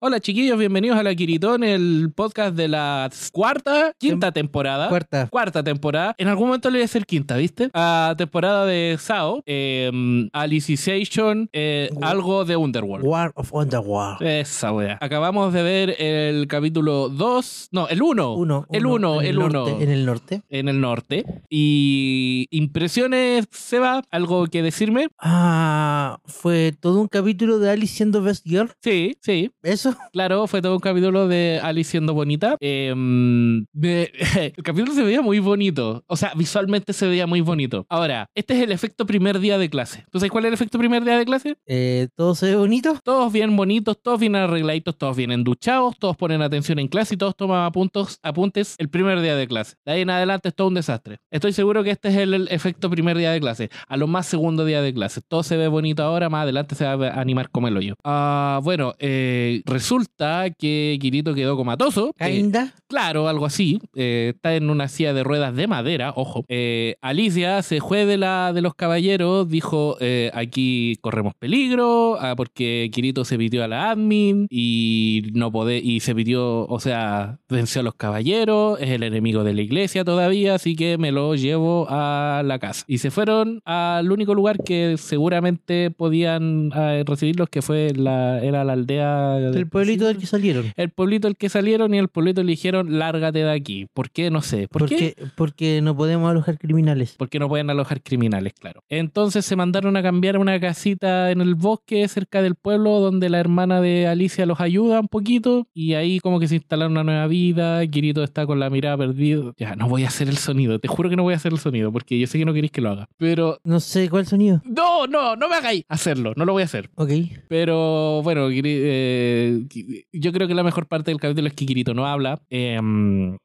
Hola chiquillos, bienvenidos a La Quiritón, el podcast de la cuarta, quinta temporada. Em, Cuarta. Cuarta temporada. En algún momento le voy a decir quinta, ¿viste? A temporada de Sao, eh, Alicization, eh, Wow. algo de Underworld. War of Underworld. Esa wea. Acabamos de ver el capítulo 2, no, el 1 Uno, El uno, en el uno. norte- En el norte. en el norte. Y impresiones, Seba, ¿algo que decirme? Ah, fue todo un capítulo de Alice siendo Best Girl. Sí, sí, Eso. Claro, fue todo un capítulo de Alice siendo bonita. Eh, mm, de- el capítulo se veía muy bonito. O sea, visualmente se veía muy bonito. Ahora, este es el efecto primer día de clase. ¿Tú sabes cuál es el efecto primer día de clase? Eh, todo se ve bonito. Todos bien bonitos, todos bien arregladitos, todos bien enduchados, todos ponen atención en clase y todos toman apuntos, apuntes el primer día de clase. De ahí en adelante es todo un desastre. Estoy seguro que este es el, el efecto primer día de clase. A lo más segundo día de clase. Todo se ve bonito ahora, más adelante se va a animar como el hoyo. Ah, bueno, eh, resulta que Kirito quedó comatoso. Eh, Ainda. Claro, algo así. Eh, está en una silla de ruedas de madera, ojo. Eh, Alicia se fue de, la, de los caballeros, dijo, eh, aquí corremos peligro, ah, porque Kirito se pitió a la admin y no podé, y se pitió, o sea, venció a los caballeros, es el enemigo de la iglesia todavía, así que me lo llevo a la casa. Y se fueron al único lugar que seguramente podían eh, recibirlos, que fue la, era la aldea... El pueblito del que salieron. El pueblito al que salieron y el pueblito le dijeron, lárgate de aquí. ¿Por qué? No sé. ¿Por, qué? Porque, porque no podemos alojar criminales. Porque no pueden alojar criminales, claro. Entonces se mandaron a cambiar a una casita en el bosque cerca del pueblo donde la hermana de Alicia los ayuda un poquito y ahí como que se instalaron una nueva vida. Kirito está con la mirada perdida. Ya, no voy a hacer el sonido. Te juro que no voy a hacer el sonido porque yo sé que no queréis que lo haga. Pero... No sé cuál sonido. No, no, no me hagáis hacerlo. No lo voy a hacer. Ok. Pero bueno, Kiri- eh, Ki- yo creo que la mejor parte del capítulo es que Kirito no habla. Eh,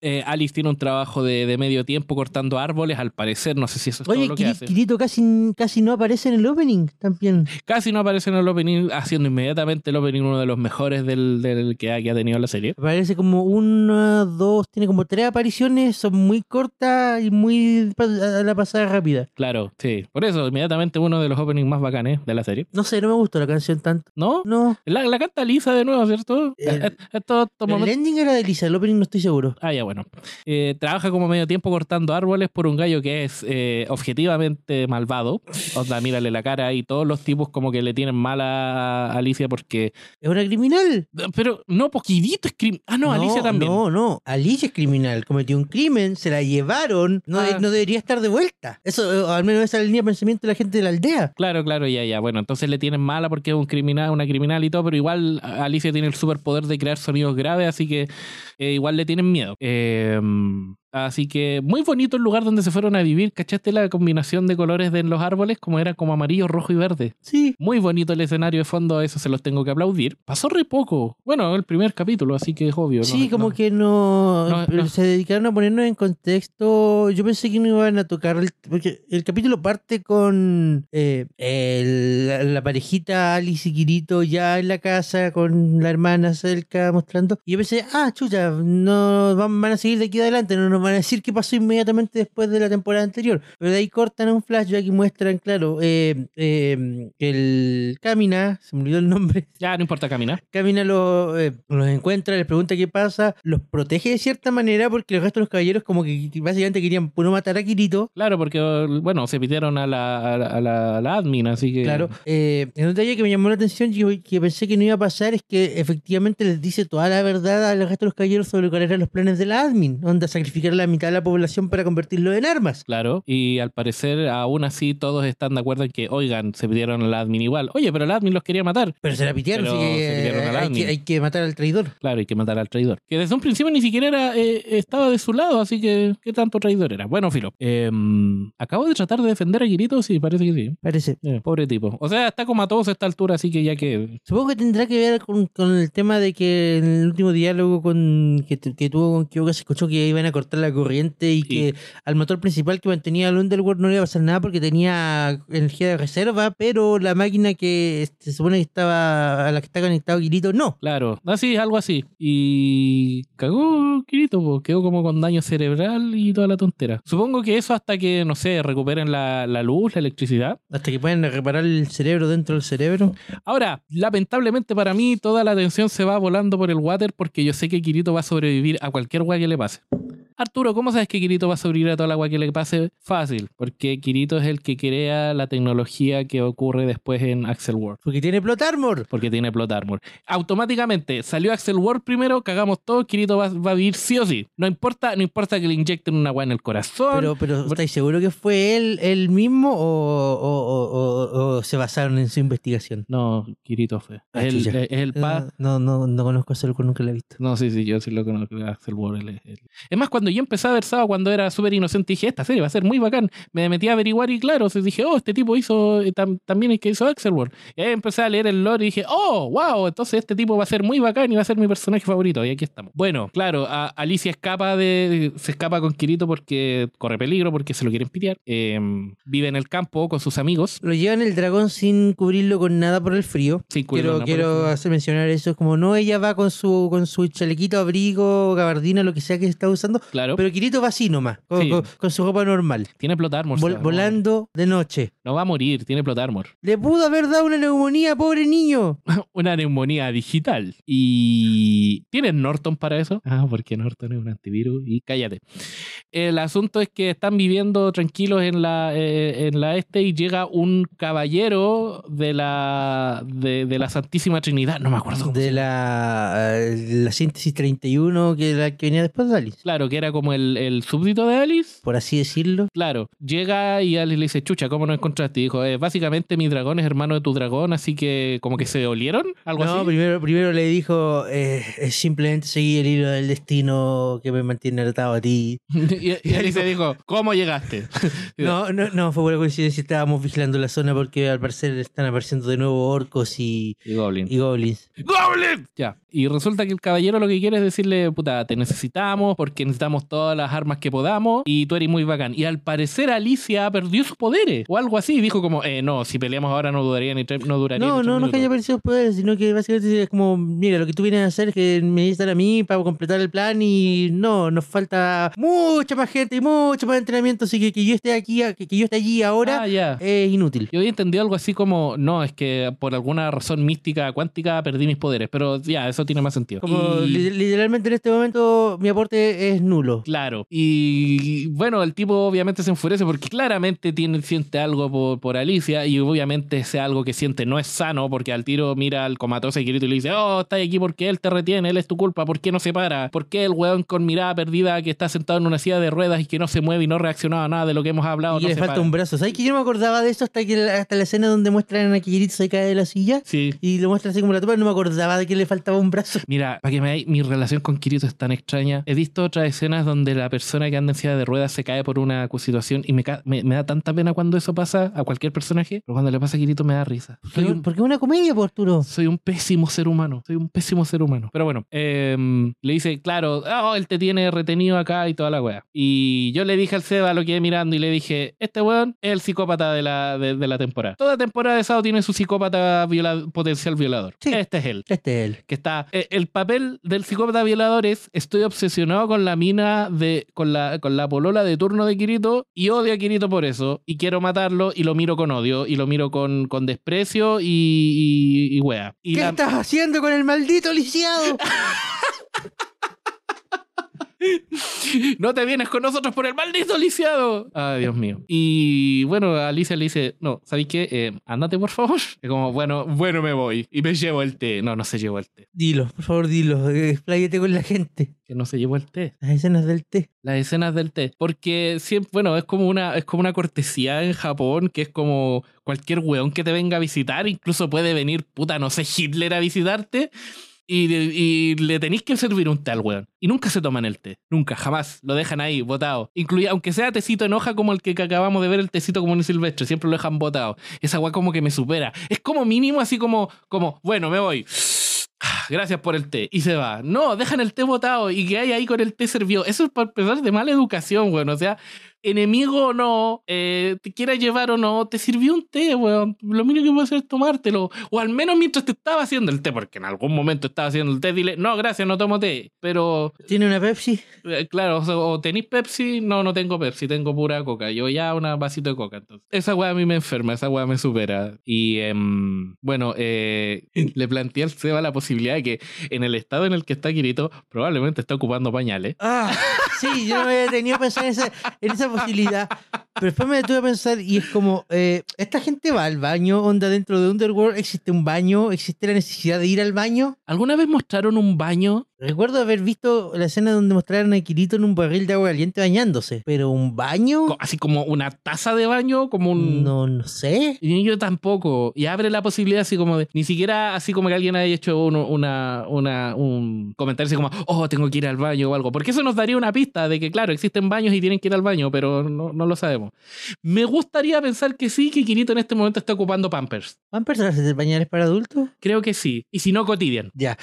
eh, Alice tiene un trabajo de, de medio tiempo cortando árboles, al parecer, no sé si eso es todo Oye, lo que Kiri- hace. Kirito casi, casi no aparece en el opening también. Casi no aparece en el opening, haciendo inmediatamente el opening uno de los mejores del, del que, ha, que ha tenido la serie. Aparece como una, dos, tiene como tres apariciones, son muy cortas y muy pa- a la pasada rápida. Claro, sí. Por eso, inmediatamente uno de los openings más bacanes de la serie. No sé, no me gustó la canción tanto. ¿No? No, La, la canta Lisa de nuevo, ¿cierto? El- Eh, Esto, estos el momentos- ending era de Lisa, el opening no estoy seguro. Ah, ya, bueno. Eh, trabaja como medio tiempo cortando árboles por un gallo que es eh, objetivamente malvado. Onda, mírale la cara y todos los tipos como que le tienen mal a Alicia porque... ¿Es una criminal? Pero no, pues Kirito es crim... Ah, no, Alicia también. No, no, Alicia es criminal, cometió un crimen, se la llevaron, no, de- Ah. no debería estar de vuelta. Eso, eh, al menos esa es la línea de pensamiento de la gente de la aldea. Claro, claro, ya, ya. Bueno, entonces le tienen mala porque es un criminal, una criminal y todo, pero igual a- Alicia tiene el superpoder de crear sonidos graves, así que eh, igual le tienen miedo. Eh, así que muy bonito el lugar donde se fueron a vivir. ¿Cachaste la combinación de colores de los árboles? Como era como amarillo, rojo y verde. Sí. Muy bonito el escenario de fondo, eso se los tengo que aplaudir. Pasó re poco. Bueno, el primer capítulo, así que es obvio. ¿no? Sí, como No. que no, No, no. Se dedicaron a ponernos en contexto. Yo pensé que no iban a tocar. El, porque el capítulo parte con eh, el- la, la parejita Alice y Kirito ya en la casa, con la hermana cerca mostrando. Y yo pensé, ah, chucha, no van, van a seguir de aquí adelante. No nos van a decir qué pasó inmediatamente después de la temporada anterior. Pero de ahí cortan un flashback y muestran, claro, eh, eh, el Camina, se me olvidó el nombre Ya, no importa caminar. camina los, eh, los encuentra, les pregunta qué pasa, los protege de cierta manera porque los restos de los caballeros como que básicamente querían puro matar a Kirito. Claro, porque, bueno, se pidieron a la, a la, a la- a la admin, así que. Claro, eh, en un detalle que me llamó la atención y que pensé que no iba a pasar es que efectivamente les dice toda la verdad al resto de los caballeros sobre cuáles eran los planes de la admin, onda sacrificar a la mitad de la población para convertirlo en armas. Claro, y al parecer aún así todos están de acuerdo en que, oigan, se pidieron al admin igual. Oye, pero el admin los quería matar. Pero se la pitearon, Pero así que, se pitearon a la eh, hay, admin. que hay que matar al traidor. Claro, hay que matar al traidor. Que desde un principio ni siquiera era, eh, estaba de su lado, así que, ¿qué tanto traidor era? Bueno, Filo, em, acabo de tratar de defender a Kirito, sí, parece que sí. Parece. Eh, pobre tipo. O sea, está como a todos a esta altura, así que ya que Supongo que tendrá que ver con, con el tema de que en el último diálogo con con que, tu- que tuvo con Kyoga se escuchó que iban a cortar la corriente y Sí. que al motor principal que mantenía el Underworld no le iba a pasar nada porque tenía energía de reserva, pero la máquina que este, se supone que estaba a la que está conectado Kirito no. Claro, así, algo así. Y cagó Kirito, po. quedó como con daño cerebral y toda la tontera. Supongo que eso hasta que, no sé, recuperen la, la luz, la electricidad. Hasta que puedan reparar el cerebro dentro del cerebro. Ahora, lamentablemente para mí, toda la atención se va volando por el water porque yo sé que Kirito va a sobrevivir a cualquier agua que le pase. Arturo, ¿cómo sabes que Kirito va a sobrevivir a toda la agua que le pase? Fácil, porque Kirito es el que crea la tecnología que ocurre después en Axel World. Porque tiene plot armor. Porque tiene plot armor. Automáticamente salió Axel Ward primero, cagamos todo, Kirito va, va a vivir sí o sí. No importa, no importa que le inyecten una agua en el corazón. Pero, pero ¿estáis seguro que fue él el mismo o, o- o- o- o se basaron en su investigación? No, Kirito fue. Ah, Es el, chucha. es el pa- Ah, No, no, no conozco a Solcon, nunca la he visto. No, sí, sí, yo sí lo conozco. Axel Ward. él es- él. Es más, cuando yo empecé a ver Sawa cuando era súper inocente, dije, esta serie va a ser muy bacán. Me metí a averiguar y claro, se dije, oh, este tipo hizo, eh, tam- también es que hizo Axel Ward. Y ahí empecé a leer el lore y dije, oh, wow, entonces este tipo va a ser muy bacán y va a ser mi personaje favorito. Y aquí estamos. Bueno, claro, a- Alicia escapa de. se escapa con Kirito porque corre peligro, porque se lo quieren pitear. Eh, vive en el campo con sus amigos. Lo llevan el dragón sin cubrirlo con nada por el frío. Sí, quiero cuidado, ¿no? quiero hacer mencionar eso. Es como no, ella va con su con su chalequito, abrigo, gabardina, lo que sea que está usando. Claro, Pero Kirito va así nomás, con, Sí. con- con su ropa normal. tiene plot armor. Vol- o sea, no- volando de noche. No va a morir, tiene plot armor. Le pudo haber dado una neumonía, pobre niño. una neumonía digital. Y tienes Norton para eso. Ah, porque Norton es un antivirus. Y cállate. El asunto es que están viviendo tranquilos en la, eh, en la este y llega un caballero de la, de, de la Santísima Trinidad. No me acuerdo cómo. se De llama. la, eh, la síntesis 31, que la que venía después de Alice. Claro, que era como el, el súbdito de Alice. Por así decirlo. Claro, llega y Alice le dice, chucha, ¿cómo no encontraste? Y dijo, "Eh, básicamente mi dragón es hermano de tu dragón, así que como que se olieron, algo No, así. primero, primero le dijo, eh, es simplemente seguir el hilo del destino que me mantiene atado a ti. Y, y Alice dijo, ¿cómo llegaste? No, no, no, fue buena coincidencia. Estábamos vigilando la zona porque al parecer están apareciendo de nuevo orcos y, Y Goblin. y goblins. ¡Goblin! Ya. Y resulta que el caballero lo que quiere es decirle, puta, te necesitamos porque necesitamos todas las armas que podamos y tú eres muy bacán. Y al parecer Alicia perdió sus poderes o algo así. Dijo como, eh, no, si peleamos ahora no duraría ni tres, no duraría No, ni tres no, no es que haya minutos". aparecido poderes, sino que básicamente es como, mira, lo que tú vienes a hacer es que me necesitan a mí para completar el plan y no, nos falta mucha más gente y mucho más entrenamiento, así que que yo esté aquí, que, que yo esté allí ahora Ah, ya. es inútil. Yo había entendido algo así como, no, es que por alguna razón mística, cuántica, perdí mis poderes. Pero ya, eso tiene más sentido. Como Y- li- literalmente en este momento mi aporte es nulo. Claro. Y bueno, el tipo obviamente se enfurece porque claramente tiene, siente algo por, por Alicia y obviamente ese algo que siente no es sano porque al tiro mira al comatoso Kirito y le dice, oh, estás aquí porque él te retiene, él es tu culpa, ¿por qué no se para? ¿Por qué el weón con mirada perdida que está sentado en una silla de ruedas y que no se mueve y no reacciona a nada de lo que hemos hablado? y no le se falta para?" un brazo. ¿Sabes que yo no me acordaba de eso hasta que la- hasta la escena donde muestran a Kirito se cae de la silla? Sí. Y lo muestra así como la tapa, no me acordaba de que le faltaba un brazo. Mira, para que me veáis, mi relación con Kirito es tan extraña. He visto otras escenas donde la persona que anda en silla de ruedas se cae por una situación y me, ca- me, me da tanta pena cuando eso pasa a cualquier personaje, pero cuando le pasa a Kirito me da risa. Soy Porque un, porque es una comedia, por Arturo. soy un pésimo ser humano, soy un pésimo ser humano. Pero bueno, em, le dice, claro, "Ah, oh, él te tiene retenido acá y toda la wea. Y yo le dije al Seba, lo quedé mirando y le dije, este weón es el psicópata de la, de, de la temporada. Toda temporada de Sao tiene su psicópata viola- potencial violador. Sí. Este es él Este es él. que está eh, el papel del psicópata violador es estoy obsesionado con la mina de con la con la polola de turno de Kirito y odio a Kirito por eso y quiero matarlo y lo miro con odio y lo miro con, con desprecio y y, y wea y ¿Qué la- estás haciendo con el maldito lisiado? no te vienes con nosotros por el maldito lisiado ay Dios mío y bueno a Alicia le dice no ¿sabéis qué? Eh, ándate por favor es como bueno bueno me voy y me llevo el té no no se llevó el té dilo, por favor, dilo. eh, Expláyate con la gente. que no se llevó el té Las escenas del té. las escenas del té. Porque siempre, bueno, es como una, es como una cortesía en Japón, que es como cualquier weón que te venga a visitar, incluso puede venir, puta, no sé, Hitler a visitarte. Y, de- y le tenéis que servir un té al weón. Y nunca se toman el té. Nunca, jamás. Lo dejan ahí, botado. Incluye, aunque sea tecito en hoja como el que acabamos de ver, el tecito común y silvestre. Siempre lo dejan botado. Esa weá como que me supera. Es como mínimo así como, como bueno, me voy. Ah, gracias por el té. Y se va. No, dejan el té botado y que hay ahí con el té servido. Eso es para empezar de mala educación, weón. O sea, enemigo o no, eh, te quiera llevar o no, te sirvió un té, weón. Lo mínimo que puedo hacer es tomártelo. O al menos mientras te estaba haciendo el té, porque en algún momento estaba haciendo el té, dile, no, gracias, no tomo té. Pero, ¿Tiene una Pepsi? eh, claro, o, sea, o tenéis Pepsi, no, no tengo Pepsi, tengo pura coca. Yo ya una vasito de coca, entonces. Esa weá a mí me enferma, esa weá me supera. Y, em, bueno, eh, le planteé al Seba la posibilidad de que en el estado en el que está Kirito, probablemente está ocupando pañales. Ah, sí, yo no había tenido que pensar en esa, en esa posibilidad. Pero después me detuve a pensar y es como, eh, esta gente va al baño, onda dentro de Underworld, existe un baño, existe la necesidad de ir al baño. ¿Alguna vez mostraron un baño Recuerdo haber visto la escena donde mostraron a Kirito en un barril de agua caliente bañándose, pero un baño, co- así como una taza de baño, como un... no, no sé. Y yo tampoco. Y abre la posibilidad así como de... Ni siquiera así como que alguien haya hecho uno- una, una, un comentario así como, oh, tengo que ir al baño o algo. Porque eso nos daría una pista de que, claro, existen baños y tienen que ir al baño, pero no, no lo sabemos. Me gustaría pensar que sí, que Kirito en este momento está ocupando Pampers. ¿Van personas de pañales para adultos? Creo que sí. Y si no, Cotidian. Ya.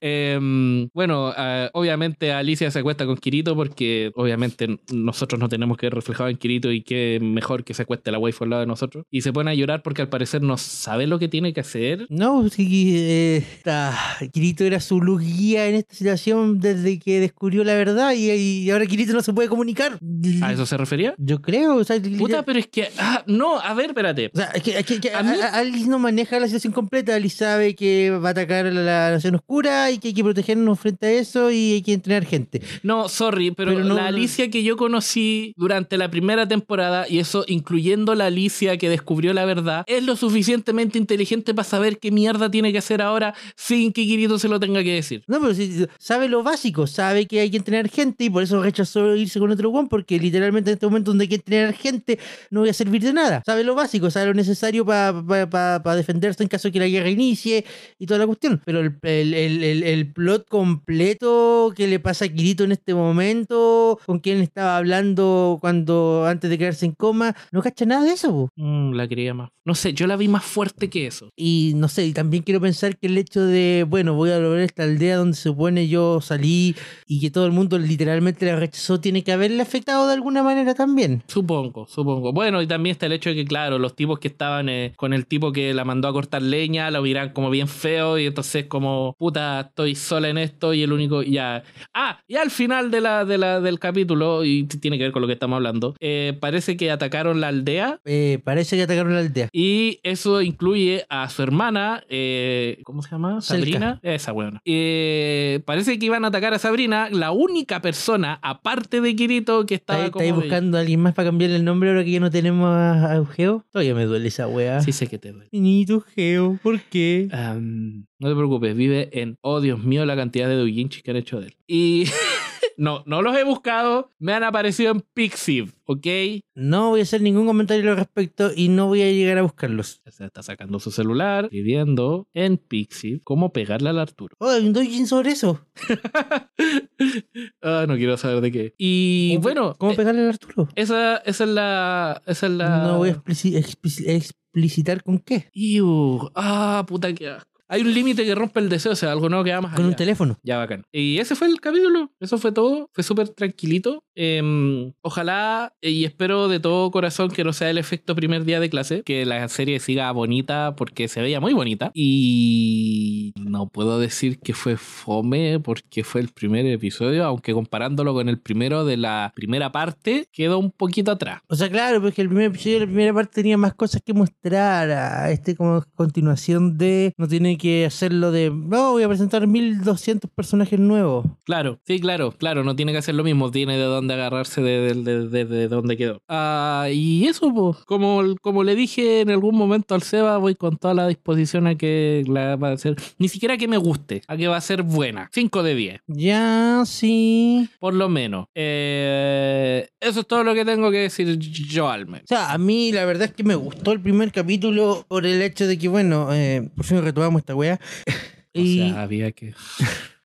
Em, bueno, eh, obviamente Alicia se acuesta con Kirito porque obviamente n- nosotros no tenemos que ver reflejado en Kirito y qué mejor que se acueste la waifu al lado de nosotros. Y se pone a llorar porque al parecer no sabe lo que tiene que hacer. No, sí, eh, ta- Kirito era su luz guía en esta situación desde que descubrió la verdad y, y ahora Kirito no se puede comunicar. ¿A Ah, eso se refería? Yo creo, o sea, Puta, pero es que... ah, no, a ver, espérate. O sea, es que, es que- que A a- mí- a- Alice no maneja la situación completa. Alice sabe que va a atacar a la Nación Oscura y que hay que protegernos frente a eso y hay que entrenar gente. No, sorry, pero, Pero no- la Alicia que yo conocí durante la primera temporada, y eso incluyendo la Alicia que descubrió la verdad, es lo suficientemente inteligente para saber qué mierda tiene que hacer ahora sin que Kirito se lo tenga que decir. No, pero sí, sabe lo básico, sabe que hay que entrenar gente y por eso rechazó irse con otro one porque literalmente en este momento donde hay que entrenar gente no voy a servir de nada. Sabe lo básico, sabe lo necesario para defenderse en caso de que la guerra inicie y toda la cuestión. Pero el, el- el- el- el plot completo que le pasa a Kirito en este momento, con quién estaba hablando cuando antes de quedarse en coma, no cacha nada de eso. po. Mm, la quería más. No sé, yo la vi más fuerte que eso. Y no sé, y también quiero pensar que el hecho de, bueno, voy a lograr esta aldea donde se supone yo salí y que todo el mundo literalmente la rechazó, tiene que haberle afectado de alguna manera también. Supongo, supongo. Bueno, y también está el hecho de que, claro, los tipos que estaban eh, con el tipo que la mandó a cortar leña, la miran como bien feo y entonces como, puta, estoy sola en esto y el único, ya. Ah, y al final de la, de la, del capítulo, y t- tiene que ver con lo que estamos hablando, eh, parece que atacaron la aldea Eh, parece que atacaron la aldea. y eso incluye a su hermana, eh, ¿cómo se llama? Selka. Sabrina. Esa buena. parece que iban a atacar a Sabrina, la única persona, aparte de Kirito, que estaba... ¿Estáis como estáis de- buscando a alguien más para cambiarle el nombre ahora que ya no tenemos a, a Geo? Todavía me duele esa weá. Sí sé que te duele. Niñito Geo, ¿por qué? Am, Em, no te preocupes, vive en. Oh, Dios mío, la cantidad de doujinshi que han hecho de él. Y. no, no los he buscado. Me han aparecido en Pixiv, ¿ok? No voy a hacer ningún comentario al respecto y no voy a llegar a buscarlos. Se está sacando su celular, escribiendo en Pixiv cómo pegarle al Arturo. Oh, hay un doujin sobre eso. Ah, no quiero saber de qué. Y ¿Cómo pe- bueno, ¿Cómo eh, pegarle al Arturo? esa, esa es la. Esa es la. No voy a explici- explici- explicitar con qué. Iu, ah, puta que asco. Hay un límite que rompe el deseo, o sea, algo no queda más Con un allá. teléfono. Ah, Ya bacán. Y ese fue el capítulo. Eso fue todo. Fue súper tranquilito. Em, ojalá eh, y espero de todo corazón que no sea el efecto primer día de clase. Que la serie siga bonita porque se veía muy bonita. Y no puedo decir que fue fome porque fue el primer episodio. Aunque comparándolo con el primero de la primera parte, quedó un poquito atrás. O sea, claro, porque el primer episodio, la primera parte tenía más cosas que mostrar. A este como continuación de... No tiene que hacerlo de... No, voy a presentar 1200 personajes nuevos. Claro, sí, claro, claro, no tiene que hacer lo mismo, tiene de dónde agarrarse de, de- de- de- de dónde quedó. Ah, y eso, po. como, como le dije en algún momento al Seba, voy con toda la disposición a que la va a hacer, ni siquiera que me guste, a que va a ser buena, 5 de 10, Ya, sí. por lo menos. Eh, eso es todo lo que tengo que decir yo al menos. O sea, a mí la verdad es que me gustó el primer capítulo por el hecho de que, bueno, eh, por fin retomamos esta weá. O Y sea, había que...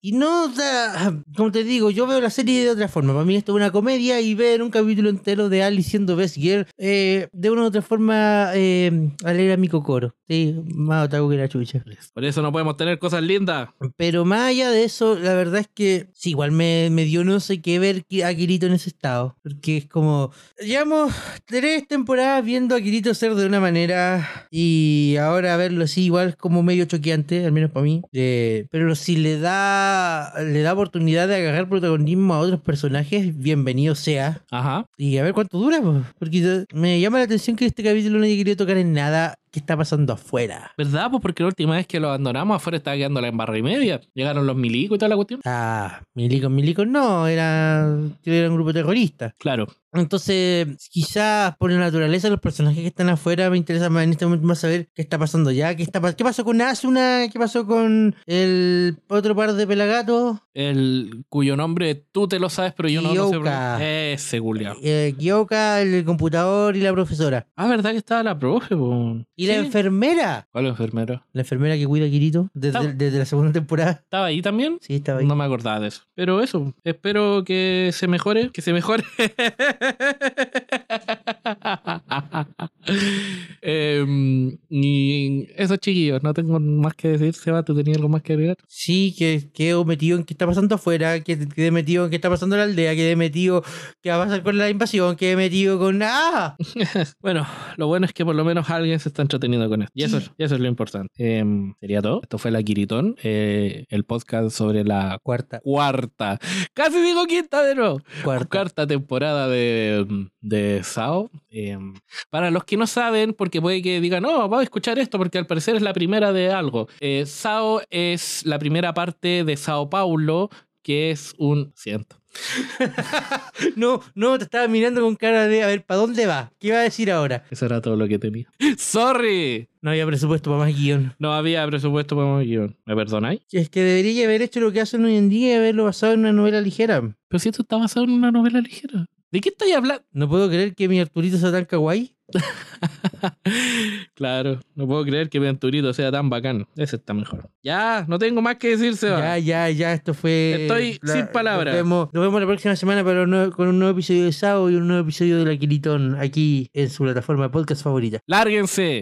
Y no da. Como te digo, yo veo la serie de otra forma. Para mí esto es una comedia y ver un capítulo entero de Ali siendo Best Girl eh, de una u otra forma eh, alegra mi cocoro. Sí, más otaku que la chucha. Por eso no podemos tener cosas lindas. Pero más allá de eso, la verdad es que sí, igual me, me dio no sé qué ver ki- a Kirito en ese estado. Porque es como. Llevamos tres temporadas viendo a Kirito ser de una manera. Y ahora verlo así, igual es como medio choqueante, al menos para mí. Eh, pero si le da. Le da oportunidad de agarrar protagonismo a otros personajes, bienvenido sea. Ajá. Y a ver cuánto dura, po. porque yo- me llama la atención que este capítulo nadie quería tocar en nada que está pasando afuera. ¿Verdad? Pues porque la última vez que lo abandonamos afuera estaba quedando la embarra y media. Llegaron los milicos y toda la cuestión. Ah, milicos, milicos no, era, era un grupo terrorista. Claro. Entonces, quizás por la naturaleza de los personajes que están afuera, me interesa más en este momento más saber qué está pasando ya, qué, está, pas- qué pasó con Asuna, qué pasó con el otro par de pelagatos, El cuyo nombre tú te lo sabes, pero yo no lo sé. Kyoka. pronunciar. Ese, Julián. eh, Gyoka, el computador y la profesora. Ah, ¿verdad que estaba la profe? po? Y la Sí. enfermera, ¿Cuál enfermera? la enfermera que cuida a Kirito Está- desde, desde la segunda temporada. ¿Estaba ahí también? Sí, estaba ahí. No me acordaba de eso. Pero eso, espero que se mejore, que se mejore. Em, y eso, chiquillos, no tengo más que decir. Seba, ¿tú tenías algo más que agregar? Sí, que quedé metido en qué está pasando afuera, que quedé metido en qué está pasando en la aldea, quedé metido qué va a pasar con la invasión, quedé metido con ¡Ah! Bueno, lo bueno es que por lo menos alguien se está entreteniendo con esto. Y eso, Sí. y eso es lo importante. Em, sería todo. Esto fue La Quiritón, eh, el podcast sobre la Cuarta, cuarta. Casi digo quinta de nuevo. cuarta. cuarta temporada de, de Sao. Eh, para los que no saben, porque puede que digan, no, vamos a escuchar esto porque al parecer es la primera de algo. Eh, Sao es la primera parte de Sao Paulo, que es un... Siento. No, no, te estaba mirando con cara de, a ver, ¿para dónde va? ¿Qué va a decir ahora? Eso era todo lo que tenía. ¡Sorry! No había presupuesto para más guión. No había presupuesto para más guión. ¿Me perdonáis? Es que debería haber hecho lo que hacen hoy en día y haberlo basado en una novela ligera. Pero si esto está basado en una novela ligera. ¿De qué estáis hablando? No puedo creer que mi Arturito sea tan kawaii. Claro, no puedo creer que Venturito sea tan bacán. Ese está mejor. Ya, no tengo más que decir, Seba. Ya, ya, ya, esto fue. Estoy sin palabras. Nos vemos, nos vemos la próxima semana para un nuevo- con un nuevo episodio de Sao y un nuevo episodio de La Quiritón aquí en su plataforma de podcast favorita. ¡Lárguense!